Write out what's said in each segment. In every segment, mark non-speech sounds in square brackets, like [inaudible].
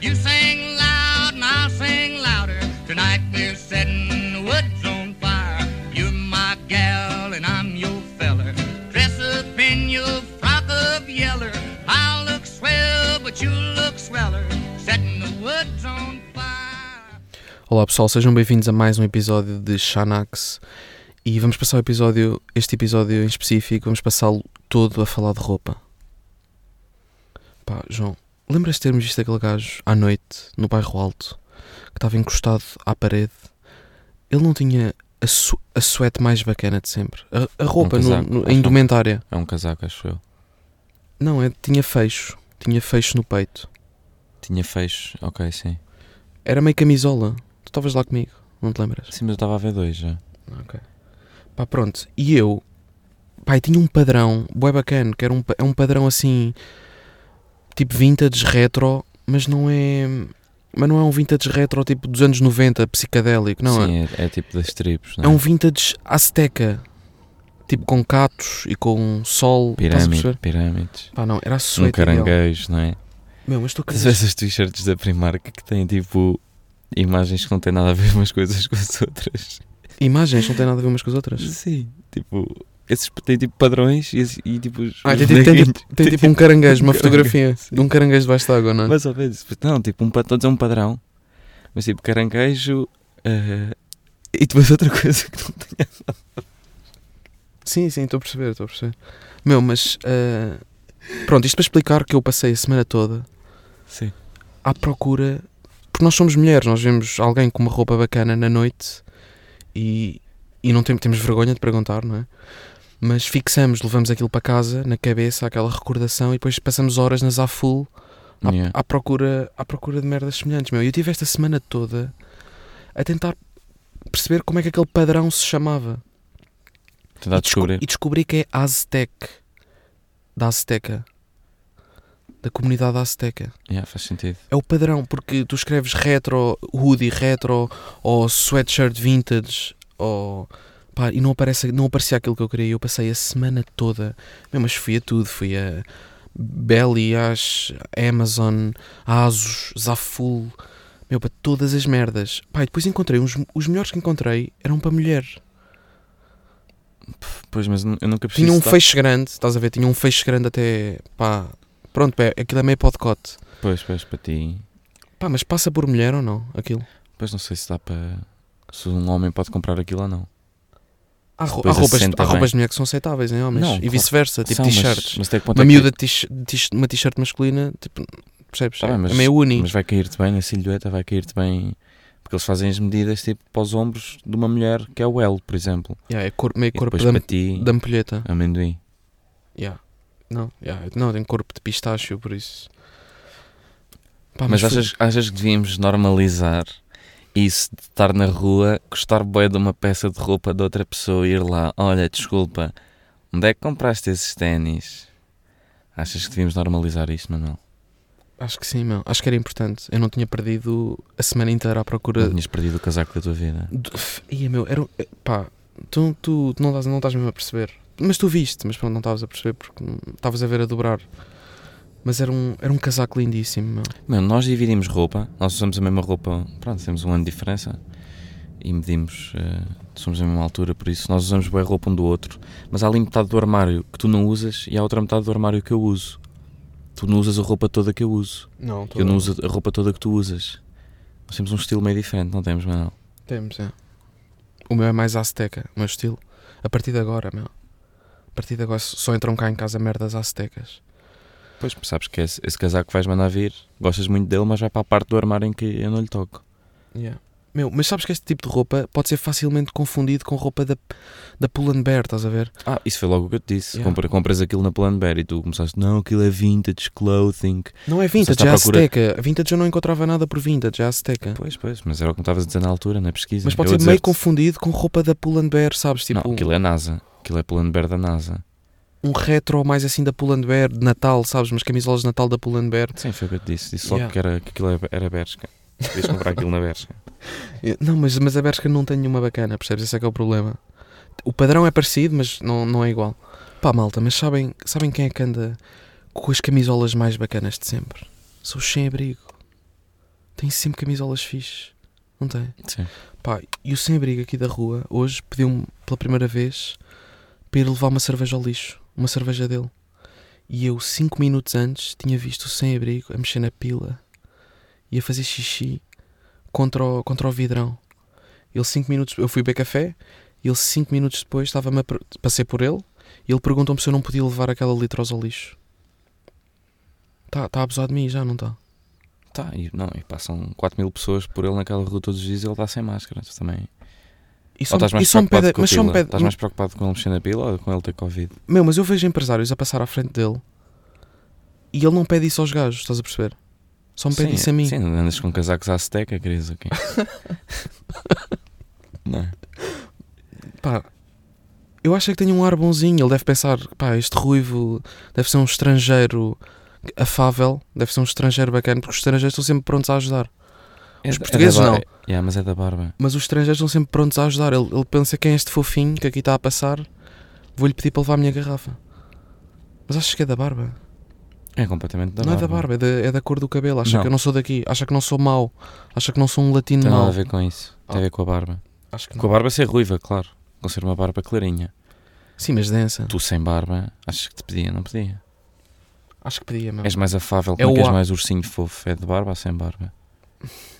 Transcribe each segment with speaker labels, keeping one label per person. Speaker 1: You sing loud and I'll sing louder. Tonight we're setting the woods on fire. You're my gal and I'm your feller. Dress up in your frock of yeller. I'll look swell, but you look sweller. Setting the woods on fire.
Speaker 2: Olá pessoal, sejam bem-vindos a mais um episódio de Xanax e vamos passar o episódio, este episódio em específico, vamos passá-lo todo a falar de roupa. Pá, João, lembras de termos visto aquele gajo à noite no bairro Alto que estava encostado à parede? Ele não tinha a, su a suéte mais bacana de sempre, a, a roupa, no-
Speaker 3: casaco,
Speaker 2: no-
Speaker 3: acho
Speaker 2: a
Speaker 3: eu.
Speaker 2: indumentária.
Speaker 3: É um casaco, acho eu.
Speaker 2: Não, é, tinha fecho, tinha fecho no peito.
Speaker 3: Tinha fecho, ok, sim.
Speaker 2: Era meio camisola. Tu estavas lá comigo, não te lembras?
Speaker 3: Sim, mas eu estava a ver dois já.
Speaker 2: Pá, pronto. E eu, pá, eu tinha um padrão, bué bacana, que era um, pa- é um padrão assim, tipo vintage, retro, mas não é... Mas não é um vintage retro tipo dos anos 90, psicadélico, não é?
Speaker 3: sim, é, é tipo das tribos,
Speaker 2: É
Speaker 3: não é?
Speaker 2: um vintage azteca, tipo com catos e com sol, estás a
Speaker 3: Pirâmide,
Speaker 2: perceber?
Speaker 3: pirâmides.
Speaker 2: Pá, não, era a
Speaker 3: Um
Speaker 2: suéte ideal.
Speaker 3: caranguejo, não é?
Speaker 2: Meu, mas
Speaker 3: [laughs]
Speaker 2: tu
Speaker 3: Tens
Speaker 2: queres...
Speaker 3: essas t-shirts da Primark que têm tipo imagens que não têm nada a ver umas coisas com as outras.
Speaker 2: Imagens não têm nada a ver umas com as outras.
Speaker 3: Sim, tipo, esses têm tipo padrões e, esses- e tipo. os-
Speaker 2: Ah,
Speaker 3: os
Speaker 2: tem, tipo- tem
Speaker 3: bonequinhos.
Speaker 2: tipo- tem tipo um caranguejo, uma
Speaker 3: Um
Speaker 2: fotografia
Speaker 3: caranguejo,
Speaker 2: de um caranguejo debaixo de água, não é?
Speaker 3: Mais ou menos. Não, tipo, um, pa- estou a dizer um padrão. Mas tipo, caranguejo. eh, e depois outra coisa que não tem
Speaker 2: Sim, sim, estou a perceber, estou a perceber. Meu, mas. ah, pronto, isto para explicar que eu passei a semana toda
Speaker 3: Sim.
Speaker 2: à procura. Porque nós somos mulheres, nós vemos alguém com uma roupa bacana na noite e, e não tem- temos vergonha de perguntar, não é? Mas fixamos, levamos aquilo para casa, na cabeça, aquela recordação e depois passamos horas nas AFUL à,
Speaker 3: Yeah.
Speaker 2: à procura, à procura de merdas semelhantes. Meu, E eu tive esta semana toda a tentar perceber como é que aquele padrão se chamava.
Speaker 3: Tentar
Speaker 2: E desco-
Speaker 3: descobrir.
Speaker 2: E descobri que é Aztec. Da Azteca. Da comunidade Azteca.
Speaker 3: Yeah, faz sentido.
Speaker 2: É o padrão, porque tu escreves retro, hoodie retro, ou sweatshirt vintage, ou. Pá, e não, aparece, não aparecia aquilo que eu queria. E Eu passei a semana toda. Meu, mas fui a tudo. Fui a Belly, às Amazon, à Asus, Zaful. Meu, para todas as merdas. Pá, e depois encontrei. Uns, os melhores que encontrei eram para mulher.
Speaker 3: Pois, mas eu nunca preciso.
Speaker 2: Tinha um
Speaker 3: dar-
Speaker 2: feixe grande, estás a ver? Tinha um feixe grande até. pá. Pronto, pé, aquilo é meio podcote.
Speaker 3: Pois, pois, para ti.
Speaker 2: Pá, mas passa por mulher ou não? Aquilo.
Speaker 3: Pois não sei se dá para. Se um homem pode comprar aquilo ou não.
Speaker 2: Há, ro- há
Speaker 3: Depois
Speaker 2: roupas,
Speaker 3: assenta
Speaker 2: há
Speaker 3: bem.
Speaker 2: roupas de mulher que são aceitáveis em homens.
Speaker 3: Não,
Speaker 2: e
Speaker 3: claro.
Speaker 2: vice-versa, tipo
Speaker 3: São, mas-
Speaker 2: t-shirts.
Speaker 3: Mas até que ponto
Speaker 2: Uma
Speaker 3: é que-
Speaker 2: miúda de tish- tish- uma t-shirt masculina, tipo, percebes?
Speaker 3: Tá bem, mas-
Speaker 2: é meio uni.
Speaker 3: Mas vai cair-te bem, a silhueta vai cair-te bem. Porque eles fazem as medidas tipo para os ombros de uma mulher que é o L, por exemplo.
Speaker 2: Yeah, é cor- meio
Speaker 3: E
Speaker 2: corpo
Speaker 3: depois
Speaker 2: da,
Speaker 3: para ti,
Speaker 2: da ampulheta.
Speaker 3: amendoim.
Speaker 2: Yeah. Não, yeah. não, tem corpo de pistácio, por isso. Pá,
Speaker 3: mas
Speaker 2: foi-
Speaker 3: achas, achas que devíamos normalizar isso de estar na rua, gostar bem de uma peça de roupa de outra pessoa e ir lá, olha, desculpa, onde é que compraste esses ténis? Achas que devíamos normalizar isso, Manuel?
Speaker 2: Acho que sim, meu. Acho que era importante. Eu não tinha perdido a semana inteira à procura
Speaker 3: Não tinhas perdido o casaco da tua vida.
Speaker 2: Do- f- Ia, meu, era. um- eh, Pá, tu, tu, tu não, estás, não estás mesmo a perceber. Mas tu viste, mas pronto, não estavas a perceber porque hum, estavas a ver a dobrar. Mas era um, era um casaco lindíssimo, meu.
Speaker 3: Meu, nós dividimos roupa, nós usamos a mesma roupa, pronto, temos um ano de diferença e medimos, eh, somos da mesma altura, por isso nós usamos bem roupa um do outro, mas há ali metade do armário que tu não usas e há outra metade do armário que eu uso. Tu não usas a roupa toda que eu uso.
Speaker 2: Não,
Speaker 3: Que eu não uso a roupa toda que tu usas. Nós temos um estilo meio diferente, não temos, Manuel?
Speaker 2: Temos, é. O meu é mais azteca, o meu estilo. A partir de agora, meu. A partir de agora s- só entram cá em casa merdas aztecas.
Speaker 3: Pois, sabes que esse, esse casaco que vais mandar vir, gostas muito dele, mas vai para a parte do armário em que eu não lhe toco.
Speaker 2: Meu, mas sabes que este tipo de roupa pode ser facilmente confundido com roupa da, da Pull&Bear, estás a ver?
Speaker 3: Ah, isso foi logo o que eu te disse.
Speaker 2: Yeah.
Speaker 3: Compra- compras aquilo na Planberry e tu começaste, não, aquilo é vintage clothing.
Speaker 2: Não é
Speaker 3: Começaste
Speaker 2: vintage,
Speaker 3: à
Speaker 2: é
Speaker 3: procura-
Speaker 2: azteca. Vintage eu não encontrava nada por vintage, é azteca.
Speaker 3: Pois, pois, mas era o que me estavas a dizer na altura, na pesquisa.
Speaker 2: Mas
Speaker 3: Eu
Speaker 2: pode
Speaker 3: a
Speaker 2: ser meio
Speaker 3: dizer-te,
Speaker 2: confundido com roupa da Pull&Bear, sabes? Tipo,
Speaker 3: Não, aquilo é NASA. Aquilo é Planberry da NASA.
Speaker 2: um retro mais assim da Pull&Bear, de Natal, sabes? Umas camisolas de Natal da Pull&Bear.
Speaker 3: Sim, foi o que eu te disse. Disse logo
Speaker 2: Yeah.
Speaker 3: que, era, que aquilo é, era- era Bershka. Podias comprar aquilo na Bershka.
Speaker 2: Não, mas, mas a Bershka não tem nenhuma bacana, percebes? Esse é que é o problema. O padrão é parecido, mas não, não é igual. Pá, malta, mas sabem, sabem quem é que anda com as camisolas mais bacanas de sempre? São os sem-abrigo. tem sempre camisolas fixes. Não tem?
Speaker 3: [laughs] Sim.
Speaker 2: Pá, e o sem-abrigo aqui da rua, hoje, pediu-me pela primeira vez para ir levar uma cerveja ao lixo. Uma cerveja dele. E eu, cinco minutos antes, tinha visto o sem-abrigo a mexer na pila e a fazer xixi contra o, contra o vidrão. Ele, cinco minutos. Eu fui beber café e ele, cinco minutos depois, estava-me a per- passei por ele e ele perguntou-me se eu não podia levar aquela litrosa ao lixo. Está tá a abusar de mim já, não está?
Speaker 3: Tá, e, não, e passam 4 mil pessoas por ele naquela rua todos os dias e ele está sem máscara. Tu também.
Speaker 2: E só,
Speaker 3: Ou estás
Speaker 2: e
Speaker 3: mais
Speaker 2: só me pede.
Speaker 3: preocupado com a
Speaker 2: Mas só me
Speaker 3: pila?
Speaker 2: pede.
Speaker 3: Estás mais preocupado com ele mexer na pila ou com ele ter Covid?
Speaker 2: Meu, mas eu vejo empresários a passar à frente dele e ele não pede isso aos gajos, estás a perceber? Só me pede
Speaker 3: sim,
Speaker 2: isso a mim.
Speaker 3: Sim, andas com casacos à Azteca, querias
Speaker 2: [laughs]
Speaker 3: o quê?
Speaker 2: É
Speaker 3: não. é?
Speaker 2: Pá, eu acho que tem um ar bonzinho. Ele deve pensar, pá, este ruivo deve ser um estrangeiro afável, deve ser um estrangeiro bacana, porque os estrangeiros estão sempre prontos a ajudar.
Speaker 3: É
Speaker 2: Os
Speaker 3: da-
Speaker 2: portugueses
Speaker 3: é da
Speaker 2: não.
Speaker 3: barba. É, mas é da barba.
Speaker 2: Mas os estrangeiros estão sempre prontos a ajudar. Ele, ele pensa quem é este fofinho que aqui está a passar, vou-lhe pedir para levar a minha garrafa. Mas achas que é da barba?
Speaker 3: É completamente da
Speaker 2: não
Speaker 3: barba.
Speaker 2: é da barba, é da, é da cor do cabelo. Acha
Speaker 3: Não.
Speaker 2: que eu não sou daqui, acha que não sou mau, acha que não sou um latino
Speaker 3: Tem nada a
Speaker 2: mau.
Speaker 3: ver com isso. Tem a ver com a barba.
Speaker 2: Acho que
Speaker 3: Com a barba ser ruiva, claro. Com ser uma barba clarinha.
Speaker 2: Sim, mas densa.
Speaker 3: Tu sem barba, achas que te pedia? Não pedia.
Speaker 2: Acho que pedia mesmo.
Speaker 3: És mais afável,
Speaker 2: É
Speaker 3: como é que
Speaker 2: o
Speaker 3: és
Speaker 2: a-
Speaker 3: mais ursinho fofo? É de barba ou sem barba?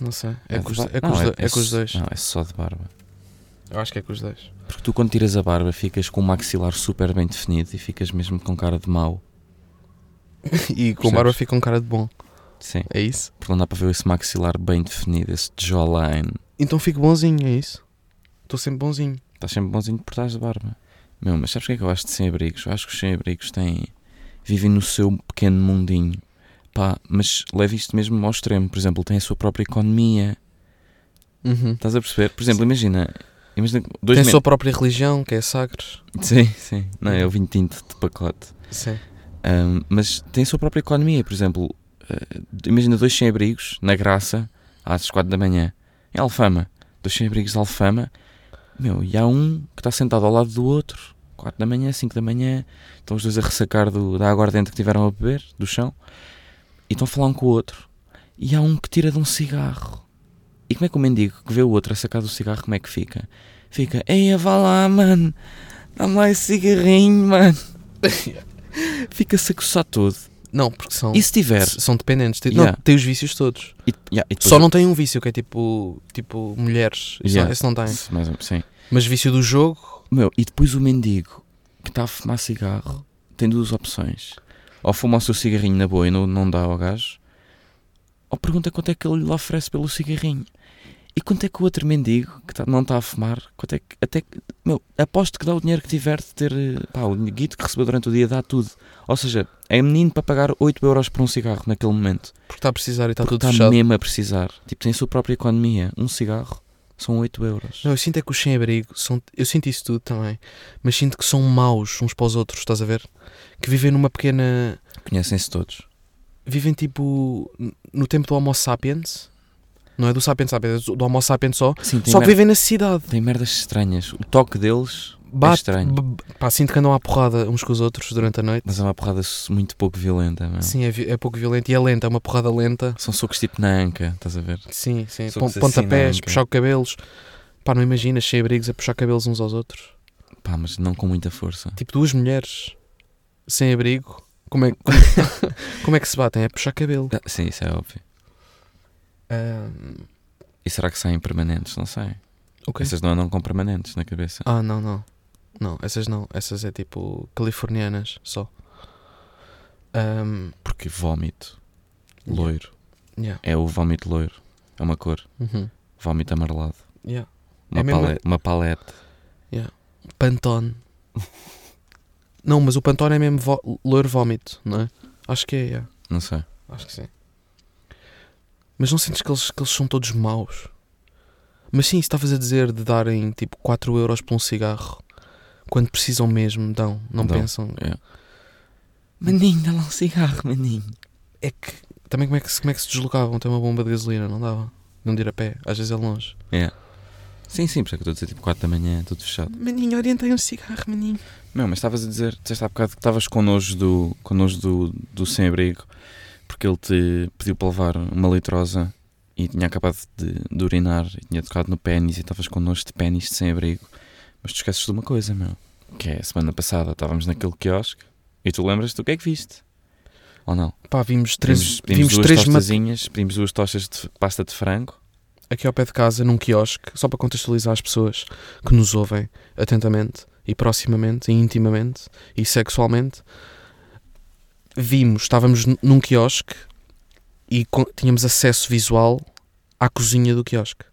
Speaker 2: Não sei. É,
Speaker 3: de
Speaker 2: com os,
Speaker 3: barba?
Speaker 2: é com
Speaker 3: Não,
Speaker 2: os
Speaker 3: é-
Speaker 2: do-
Speaker 3: é
Speaker 2: é com os
Speaker 3: s-
Speaker 2: dois.
Speaker 3: Não, é só de barba.
Speaker 2: Eu acho que é com os
Speaker 3: [laughs]
Speaker 2: dois.
Speaker 3: Porque tu quando tiras a barba ficas com o maxilar super bem definido e ficas mesmo com cara de mau.
Speaker 2: e com
Speaker 3: Percebes?
Speaker 2: barba fica um cara de bom.
Speaker 3: Sim.
Speaker 2: É isso?
Speaker 3: Porque não dá para ver esse maxilar bem definido, esse jawline.
Speaker 2: Então fico bonzinho, é isso? Estou sempre bonzinho.
Speaker 3: Estás sempre bonzinho por trás de barba. Meu, mas sabes o que é que eu acho de sem-abrigos? Eu acho que os sem-abrigos têm... Vivem no seu pequeno mundinho. Pá, mas leva isto mesmo ao extremo. Por exemplo, tem a sua própria economia. Estás a perceber? Por exemplo, imagina... Imagina dois
Speaker 2: Tem a
Speaker 3: men-
Speaker 2: sua própria religião, que é Sagres.
Speaker 3: Sim, sim. Não, é o vinho tinto de pacote.
Speaker 2: Sim.
Speaker 3: Ahm, mas tem a sua própria economia, por exemplo, eh, imagina dois sem-abrigos na Graça às 4 da manhã, em Alfama, dois sem-abrigos de Alfama, meu, e há um que está sentado ao lado do outro, 4 da manhã, 5 da manhã, estão os dois a ressacar do, da aguardente que tiveram a beber, do chão, e estão a falar um com o outro, e há um que tira de um cigarro. E como é que o mendigo que vê o outro a sacar do cigarro, como é que fica? Fica, eia, vá lá, mano, dá-me lá esse cigarrinho, mano. Fica-se a coçar todo.
Speaker 2: Não, porque são,
Speaker 3: E se tiver?
Speaker 2: s- são dependentes. Tem-
Speaker 3: Yeah.
Speaker 2: Não, tem os vícios todos.
Speaker 3: E, yeah, e depois-
Speaker 2: Só não tem um vício que é tipo, tipo mulheres. Isso
Speaker 3: Yeah.
Speaker 2: não, esse não tem.
Speaker 3: Sim, mais ou- sim.
Speaker 2: Mas vício do jogo,
Speaker 3: Meu, e depois o mendigo que está a fumar cigarro tem duas opções. Ou fuma o seu cigarrinho na boa e não, não dá ao gajo, ou pergunta quanto é que ele lhe oferece pelo cigarrinho. E quanto é que o outro mendigo que tá- não está a fumar, quanto é que, até que, meu, aposto que dá o dinheiro que tiver de ter, eh, pá, o guito que recebeu durante o dia dá tudo. Ou seja, é menino para pagar 8 euros por um cigarro naquele momento.
Speaker 2: porque está a precisar e está
Speaker 3: Porque
Speaker 2: Tá
Speaker 3: tá
Speaker 2: tudo
Speaker 3: está
Speaker 2: fechado.
Speaker 3: mesmo a precisar. Tipo, tem a sua própria economia. Um cigarro são 8 euros.
Speaker 2: Não, eu sinto é que os sem-abrigo, são- eu sinto isso tudo também, mas sinto que são maus uns para os outros, estás a ver? Que vivem numa pequena.
Speaker 3: Conhecem-se todos.
Speaker 2: vivem tipo. n- no tempo do Homo sapiens, não é do Sapiens sapiens, é do Homo sapiens só,
Speaker 3: Sim, tem,
Speaker 2: só
Speaker 3: mer-
Speaker 2: vivem na cidade.
Speaker 3: tem merdas estranhas. O toque deles é
Speaker 2: Bate,
Speaker 3: estranho.
Speaker 2: b- b- pá, sinto que andam à porrada uns com os outros durante a noite.
Speaker 3: Mas é uma porrada muito pouco violenta, meu.
Speaker 2: Sim, é, vi- é pouco violento e é lenta, é uma porrada lenta.
Speaker 3: São socos tipo na anca, estás a ver?
Speaker 2: Sim, sim,
Speaker 3: Só
Speaker 2: pon-
Speaker 3: que se
Speaker 2: pontapés,
Speaker 3: assinam,
Speaker 2: puxar cabelos. Pá, não imaginas sem-abrigos a puxar cabelos uns aos outros.
Speaker 3: Pá, mas não com muita força.
Speaker 2: Tipo duas mulheres sem abrigo, como é, como- [laughs] como é que se batem? É puxar cabelo.
Speaker 3: Ah, sim, isso é óbvio.
Speaker 2: Ahm,
Speaker 3: E será que saem permanentes? Não sei.
Speaker 2: ok.
Speaker 3: Essas não andam com permanentes na cabeça.
Speaker 2: Ah, não, não. Não, essas não. Essas é tipo californianas só. Ahm,
Speaker 3: Porque vómito
Speaker 2: Yeah.
Speaker 3: loiro.
Speaker 2: yeah,
Speaker 3: É o vómito loiro. É uma cor.
Speaker 2: uhum,
Speaker 3: Vómito amarelado.
Speaker 2: yeah.
Speaker 3: Uma,
Speaker 2: mesmo-
Speaker 3: palete, uma palete.
Speaker 2: [laughs] Pantone. não, mas o Pantone é mesmo vo- loiro vómito, não é? Acho que é, yeah.
Speaker 3: Não sei.
Speaker 2: Acho que sim. Mas não sentes que eles, que eles são todos maus? Mas sim, isso estavas a dizer de darem tipo 4 euros por um cigarro quando precisam mesmo, dão, não
Speaker 3: Dão,
Speaker 2: pensam.
Speaker 3: é. Maninho, dá lá um cigarro, maninho.
Speaker 2: É que também como é que, se- como é que se deslocavam? Tem uma bomba de gasolina, não dava? Não de ir a pé, às vezes é longe.
Speaker 3: Sim, sim, por isso é que eu estou a dizer tipo 4 da manhã, tudo fechado.
Speaker 2: Maninho, orientei um cigarro, maninho.
Speaker 3: Não, mas estavas a dizer, disseste há bocado que estavas com nojo do, com nojo do, do sem-abrigo porque ele te pediu para levar uma litrosa e tinha acabado de, de urinar e tinha tocado no pênis e estavas connosco de pênis de sem abrigo. Mas tu esqueces de uma coisa, meu. Que é, a semana passada estávamos naquele quiosque e tu lembras-te do que é que viste? Ou não?
Speaker 2: Pá, vimos
Speaker 3: Pedimos,
Speaker 2: três,
Speaker 3: pedimos
Speaker 2: vimos
Speaker 3: duas
Speaker 2: três ma-
Speaker 3: tostazinhas, pedimos duas tostas de pasta de frango.
Speaker 2: aqui ao pé de casa, num quiosque, só para contextualizar as pessoas que nos ouvem atentamente e proximamente e intimamente e sexualmente. Vimos, estávamos n- num quiosque e co- tínhamos acesso visual à cozinha do quiosque.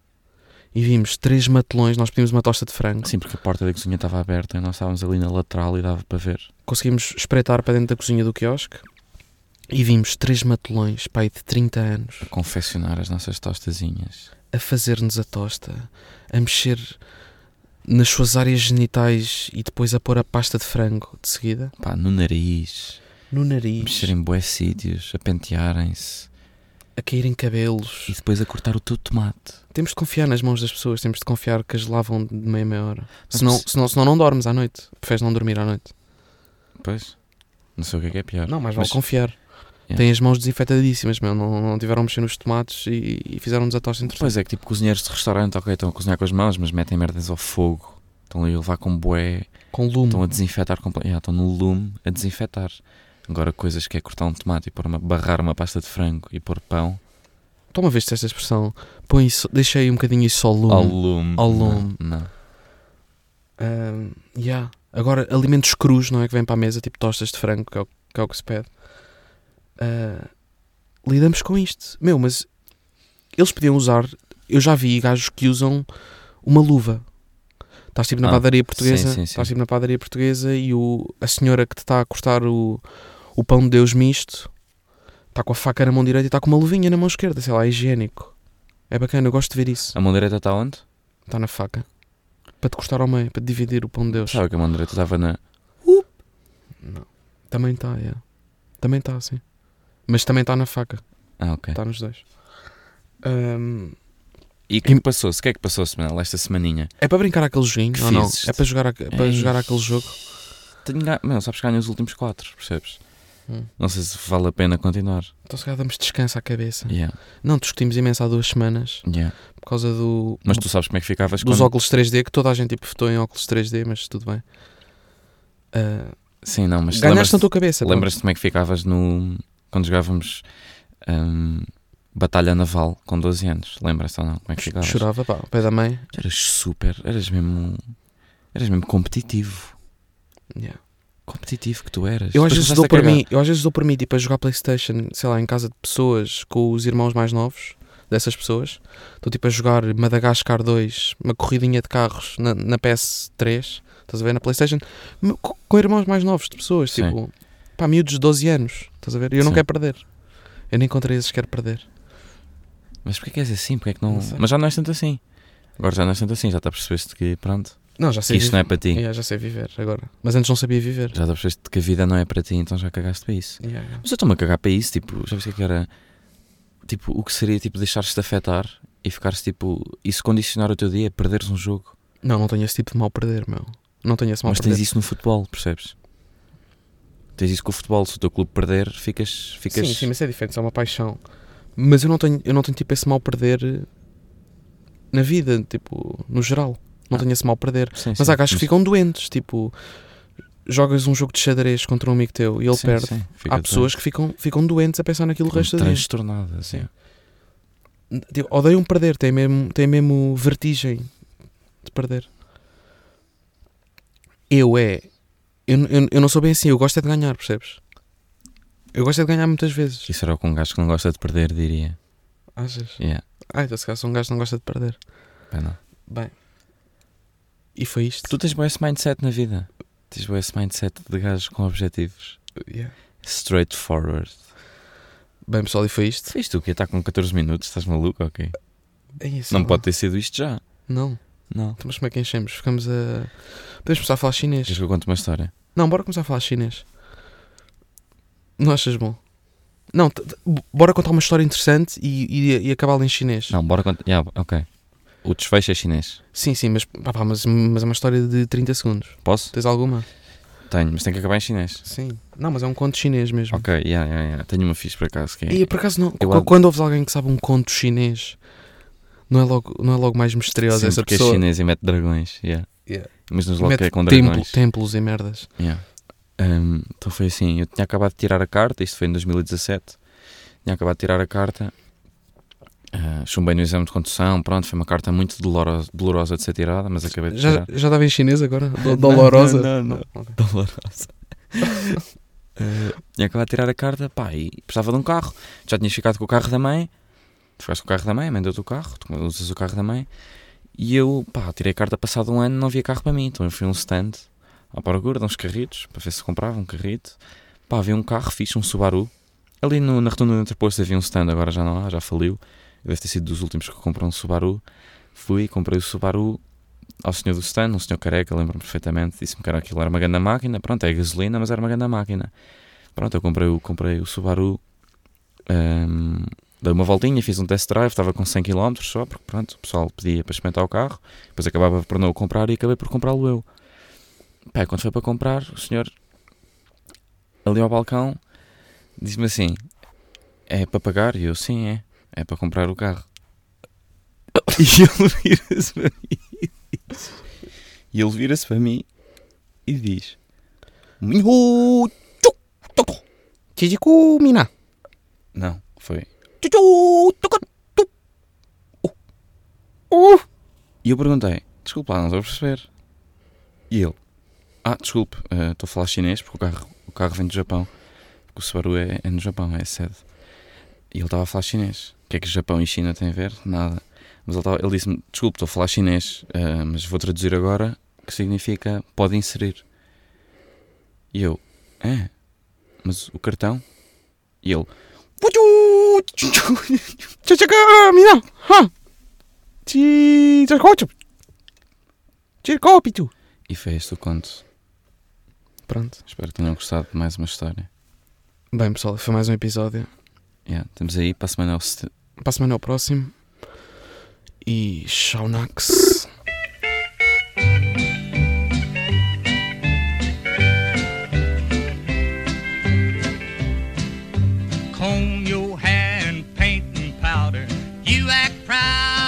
Speaker 2: E vimos três matelões, nós pedimos uma tosta de frango,
Speaker 3: Sim, porque a porta da cozinha estava aberta e nós estávamos ali na lateral e dava para ver.
Speaker 2: conseguimos espreitar para dentro da cozinha do quiosque e vimos três matelões, pai de 30 anos,
Speaker 3: Confeccionar as nossas tostazinhas.
Speaker 2: a fazer-nos a tosta, a mexer nas suas áreas genitais e depois a pôr a pasta de frango de seguida,
Speaker 3: Pá, no nariz,
Speaker 2: no nariz,
Speaker 3: mexer em bué sítios, a pentearem-se
Speaker 2: a cair em cabelos.
Speaker 3: e depois a cortar o teu tomate.
Speaker 2: Temos de confiar nas mãos das pessoas, temos de confiar que as lavam de meia meia hora.
Speaker 3: Mas
Speaker 2: Senão,
Speaker 3: preci-
Speaker 2: senão, senão não dormes à noite. Preferes não dormir à noite.
Speaker 3: Pois, não sei o que é que é pior.
Speaker 2: Não, mas
Speaker 3: mas
Speaker 2: vão confiar.
Speaker 3: Yeah.
Speaker 2: Têm as mãos desinfetadíssimas, meu. Não, não tiveram a mexer nos tomates e, e fizeram-nos a tosta interessante.
Speaker 3: Pois é que tipo cozinheiros de restaurante, ok, estão a cozinhar com as mãos, mas metem merdas ao fogo. Estão ali a levar com bué,
Speaker 2: Com lume.
Speaker 3: estão a desinfetar completamente. Estão no lume a desinfetar. Agora coisas que é cortar um tomate e pôr uma, barrar uma pasta de frango e pôr pão
Speaker 2: Toma uma vez esta expressão. Põe isso, deixa aí um bocadinho isso ao lume.
Speaker 3: ao lume.
Speaker 2: Ao lume.
Speaker 3: Não, não.
Speaker 2: Ahm, yeah. Agora, alimentos crus, não é? Que vem para a mesa, tipo tostas de frango, que é o que, é o que se pede. Ah, lidamos com isto. Meu, mas eles podiam usar. Eu já vi gajos que usam uma luva. Estás tipo na
Speaker 3: Ah,
Speaker 2: padaria portuguesa.
Speaker 3: sim, sim, sim.
Speaker 2: Estás tipo na padaria portuguesa e o, a senhora que te está a cortar o, o pão de Deus misto está com a faca na mão direita e está com uma luvinha na mão esquerda. Sei lá, é higiênico. É bacana, eu gosto de ver isso.
Speaker 3: A mão direita está onde?
Speaker 2: Está na faca. Para te cortar ao meio, para te dividir o pão de Deus.
Speaker 3: Sabe que a mão direita estava na.
Speaker 2: Não. Também está, é. Também está, sim. Mas também está na faca.
Speaker 3: Ah, ok.
Speaker 2: Está nos dois. Ahm,
Speaker 3: E o que é que passou-se? O que é que passou-se, Manel, esta semaninha?
Speaker 2: é para brincar aquele joguinho?
Speaker 3: Que
Speaker 2: ou não?
Speaker 3: fizeste?
Speaker 2: É para jogar, a- é para
Speaker 3: Ei.
Speaker 2: jogar aquele jogo?
Speaker 3: Tenho... ga- Mano, sabes que ganhei os últimos quatro, percebes?
Speaker 2: Hum.
Speaker 3: Não sei se vale a pena continuar.
Speaker 2: Então se calhar damos descanso à cabeça.
Speaker 3: Yeah,
Speaker 2: Não, discutimos imenso há duas semanas
Speaker 3: yeah.
Speaker 2: por causa do,
Speaker 3: Mas tu sabes como é que ficavas
Speaker 2: dos
Speaker 3: quando...
Speaker 2: óculos 3D, que toda a gente tipo, votou em óculos 3D, mas tudo bem. Ah,
Speaker 3: Sim, não, mas
Speaker 2: ganhaste na
Speaker 3: lembras-te
Speaker 2: tua cabeça. pronto.
Speaker 3: lembras como é que ficavas no... quando jogávamos hum, Batalha Naval com 12 anos? Lembras-te ou não? Como é que ficavas?
Speaker 2: Chorava, pá, ao pé da mãe.
Speaker 3: Eras super, eras mesmo, eras mesmo competitivo.
Speaker 2: Yeah.
Speaker 3: Competitivo que tu eras.
Speaker 2: Eu às,
Speaker 3: Depois
Speaker 2: vezes
Speaker 3: começaste
Speaker 2: dou
Speaker 3: a
Speaker 2: por
Speaker 3: cagar.
Speaker 2: mim, eu às vezes dou por mim, tipo, a jogar Playstation, sei lá, em casa de pessoas com os irmãos mais novos dessas pessoas. Estou tipo a jogar Madagascar 2, uma corridinha de carros na, na PS3, estás a ver, na Playstation, m- co- com irmãos mais novos de pessoas,
Speaker 3: Sim.
Speaker 2: tipo, pá, miúdos de 12 anos, estás a ver? E eu não
Speaker 3: Sim.
Speaker 2: quero perder. Eu nem contra esses quero perder.
Speaker 3: Mas porquê que és assim? Porquê que não...
Speaker 2: Não sei.
Speaker 3: Mas já não és tanto assim. Agora já não és tanto assim, já te apercebeste que, pronto,
Speaker 2: Não, já
Speaker 3: que
Speaker 2: sei
Speaker 3: isto não
Speaker 2: viver.
Speaker 3: é para ti.
Speaker 2: Yeah, já sei viver agora. Mas antes não sabia viver.
Speaker 3: Já te apercebeste que a vida não é para ti, então já cagaste para isso.
Speaker 2: Yeah, yeah.
Speaker 3: Mas eu estou-me a cagar para isso, tipo, já pensei que era tipo o que seria tipo deixar-se afetar e ficar-se tipo isso condicionar o teu dia, perderes um jogo.
Speaker 2: Não, não tenho esse tipo de mal perder, meu. Não tenho esse mal
Speaker 3: Mas
Speaker 2: perder.
Speaker 3: tens isso no futebol, percebes? Tens isso com o futebol, se o teu clube perder, ficas. ficas...
Speaker 2: Sim, sim, mas é diferente, isso é uma paixão. Mas eu não tenho, eu não tenho tipo esse mal perder eh, na vida, tipo, no geral. Não
Speaker 3: Ah.
Speaker 2: tenho esse mal perder.
Speaker 3: Sim,
Speaker 2: Mas
Speaker 3: sim.
Speaker 2: há gajos que ficam doentes, tipo, jogas um jogo de xadrez contra um amigo teu e ele
Speaker 3: Sim,
Speaker 2: perde.
Speaker 3: sim, fica
Speaker 2: Há pessoas que ficam, ficam doentes a pensar naquilo o resto do dia.
Speaker 3: transtornadas, sim.
Speaker 2: Tipo, odeiam perder, têm mesmo, têm mesmo vertigem de perder. Eu é. Eu, n- eu, n- eu não sou bem assim, eu gosto é de ganhar, percebes? Eu gosto é de ganhar muitas vezes.
Speaker 3: Isso era o que um gajo que não gosta de perder diria.
Speaker 2: Achas?
Speaker 3: Yeah.
Speaker 2: Ah, então se calhar sou um gajo que não gosta de perder.
Speaker 3: Pá, não.
Speaker 2: Bem. E foi isto.
Speaker 3: Tu tens bom esse mindset na vida. Tens bom esse mindset de gajos com objetivos.
Speaker 2: Yeah.
Speaker 3: Straightforward.
Speaker 2: Bem, pessoal, e foi isto.
Speaker 3: Fez tu o quê? Está com 14 minutos? Estás maluco? Ok.
Speaker 2: É isso.
Speaker 3: Não
Speaker 2: lá.
Speaker 3: pode ter sido isto já.
Speaker 2: Não.
Speaker 3: Não.
Speaker 2: Então, Mas como é que enchemos? Ficamos a. Podemos começar a falar
Speaker 3: Queres
Speaker 2: chinês?
Speaker 3: que eu conte uma história?
Speaker 2: Não, bora começar a falar chinês. Não achas bom? Não, t- t- bora contar uma história interessante e, e, e acabá-la em chinês.
Speaker 3: Não, bora contar. Yeah, ok. O desfecho é chinês.
Speaker 2: Sim, sim, mas, pá, pá, mas, mas é uma história de 30 segundos.
Speaker 3: Posso?
Speaker 2: Tens alguma?
Speaker 3: Tenho, mas tem que acabar em chinês.
Speaker 2: Sim. Não, mas é um conto chinês mesmo.
Speaker 3: Ok, yeah, yeah, yeah. tenho uma fixe por acaso que é.
Speaker 2: E por acaso, não,
Speaker 3: Eu
Speaker 2: qu-
Speaker 3: ad-
Speaker 2: quando ouves alguém que sabe um conto chinês, não é logo, não é logo mais misteriosa
Speaker 3: Sim,
Speaker 2: essa
Speaker 3: porque
Speaker 2: pessoa.
Speaker 3: é chinês e mete dragões. Yeah.
Speaker 2: Yeah.
Speaker 3: Mas nos logo que é com
Speaker 2: templo,
Speaker 3: dragões.
Speaker 2: templos e merdas.
Speaker 3: Yeah. Ahm, então foi assim, eu tinha acabado de tirar a carta, isto foi em 2017, tinha acabado de tirar a carta, ah, chumbei no exame de condução, pronto, foi uma carta muito doloro- dolorosa de ser tirada, mas acabei de
Speaker 2: Já,
Speaker 3: tirar.
Speaker 2: já dava em chinês
Speaker 3: [laughs]
Speaker 2: agora? Do- Dolorosa?
Speaker 3: Não, não, não. [laughs] Dolorosa. Ah, tinha acabado de tirar a carta, pá, e precisava de um carro, já tinhas ficado com o carro da mãe, tu ficaste com o carro da mãe, a mãe deu-te o carro, tu usas o carro da mãe, e eu, pá, tirei a carta passado um ano, não havia carro para mim, então eu fui a um stand à procura de uns carritos, para ver se comprava um carrito, pá, vi um carro fixe, um Subaru, ali no, na retunda do entreposto havia um stand, agora já não há, já faliu, eu deve ter sido dos últimos que comprou um Subaru, fui, comprei o Subaru ao senhor do stand, um senhor careca, lembro-me perfeitamente, disse-me que era aquilo era uma grande máquina, pronto, é gasolina, mas era uma grande máquina. Pronto, eu comprei o, comprei o Subaru, ahm, dei uma voltinha, fiz um test drive, estava com 100 km só, porque pronto, o pessoal pedia para experimentar o carro, depois acabava por não o comprar e acabei por comprá-lo eu. Pá, quando foi para comprar, o senhor, ali ao balcão, disse-me assim, é para pagar? E eu, sim, é, é para comprar o carro. [laughs] E ele vira-se para mim e diz- e ele vira-se para mim e diz "Minho, tchu, tchu, tchu."
Speaker 2: Chijiku mina.
Speaker 3: Não, foi
Speaker 2: Tchu, tchu, tchu, tchu. Uh. Uh.
Speaker 3: E eu perguntei, desculpa, lá, não estou a perceber. E ele, ah, desculpe, eh, estou a falar chinês porque o carro, o carro vem do Japão. Porque o Subaru é, é no Japão, é a sede. E ele estava a falar chinês. O que é que Japão e China têm a ver? Nada. Mas ele, estava- ele disse-me, desculpe, estou a falar chinês, eh, mas vou traduzir agora, que significa pode inserir. E eu, é, mas o cartão? E ele,
Speaker 2: Puchu, tchu, tchu. Chijiku mina. Ha. Chijiku tchu. Chijiku pichu.
Speaker 3: e foi este o conto.
Speaker 2: Pronto.
Speaker 3: Espero que tenham gostado de mais uma história.
Speaker 2: Bem, pessoal, foi mais um episódio.
Speaker 3: Yeah, estamos aí para a semana ao set-
Speaker 2: Para a semana é o próximo. E Shaunax.
Speaker 1: comb your hair and paint and powder. You act proud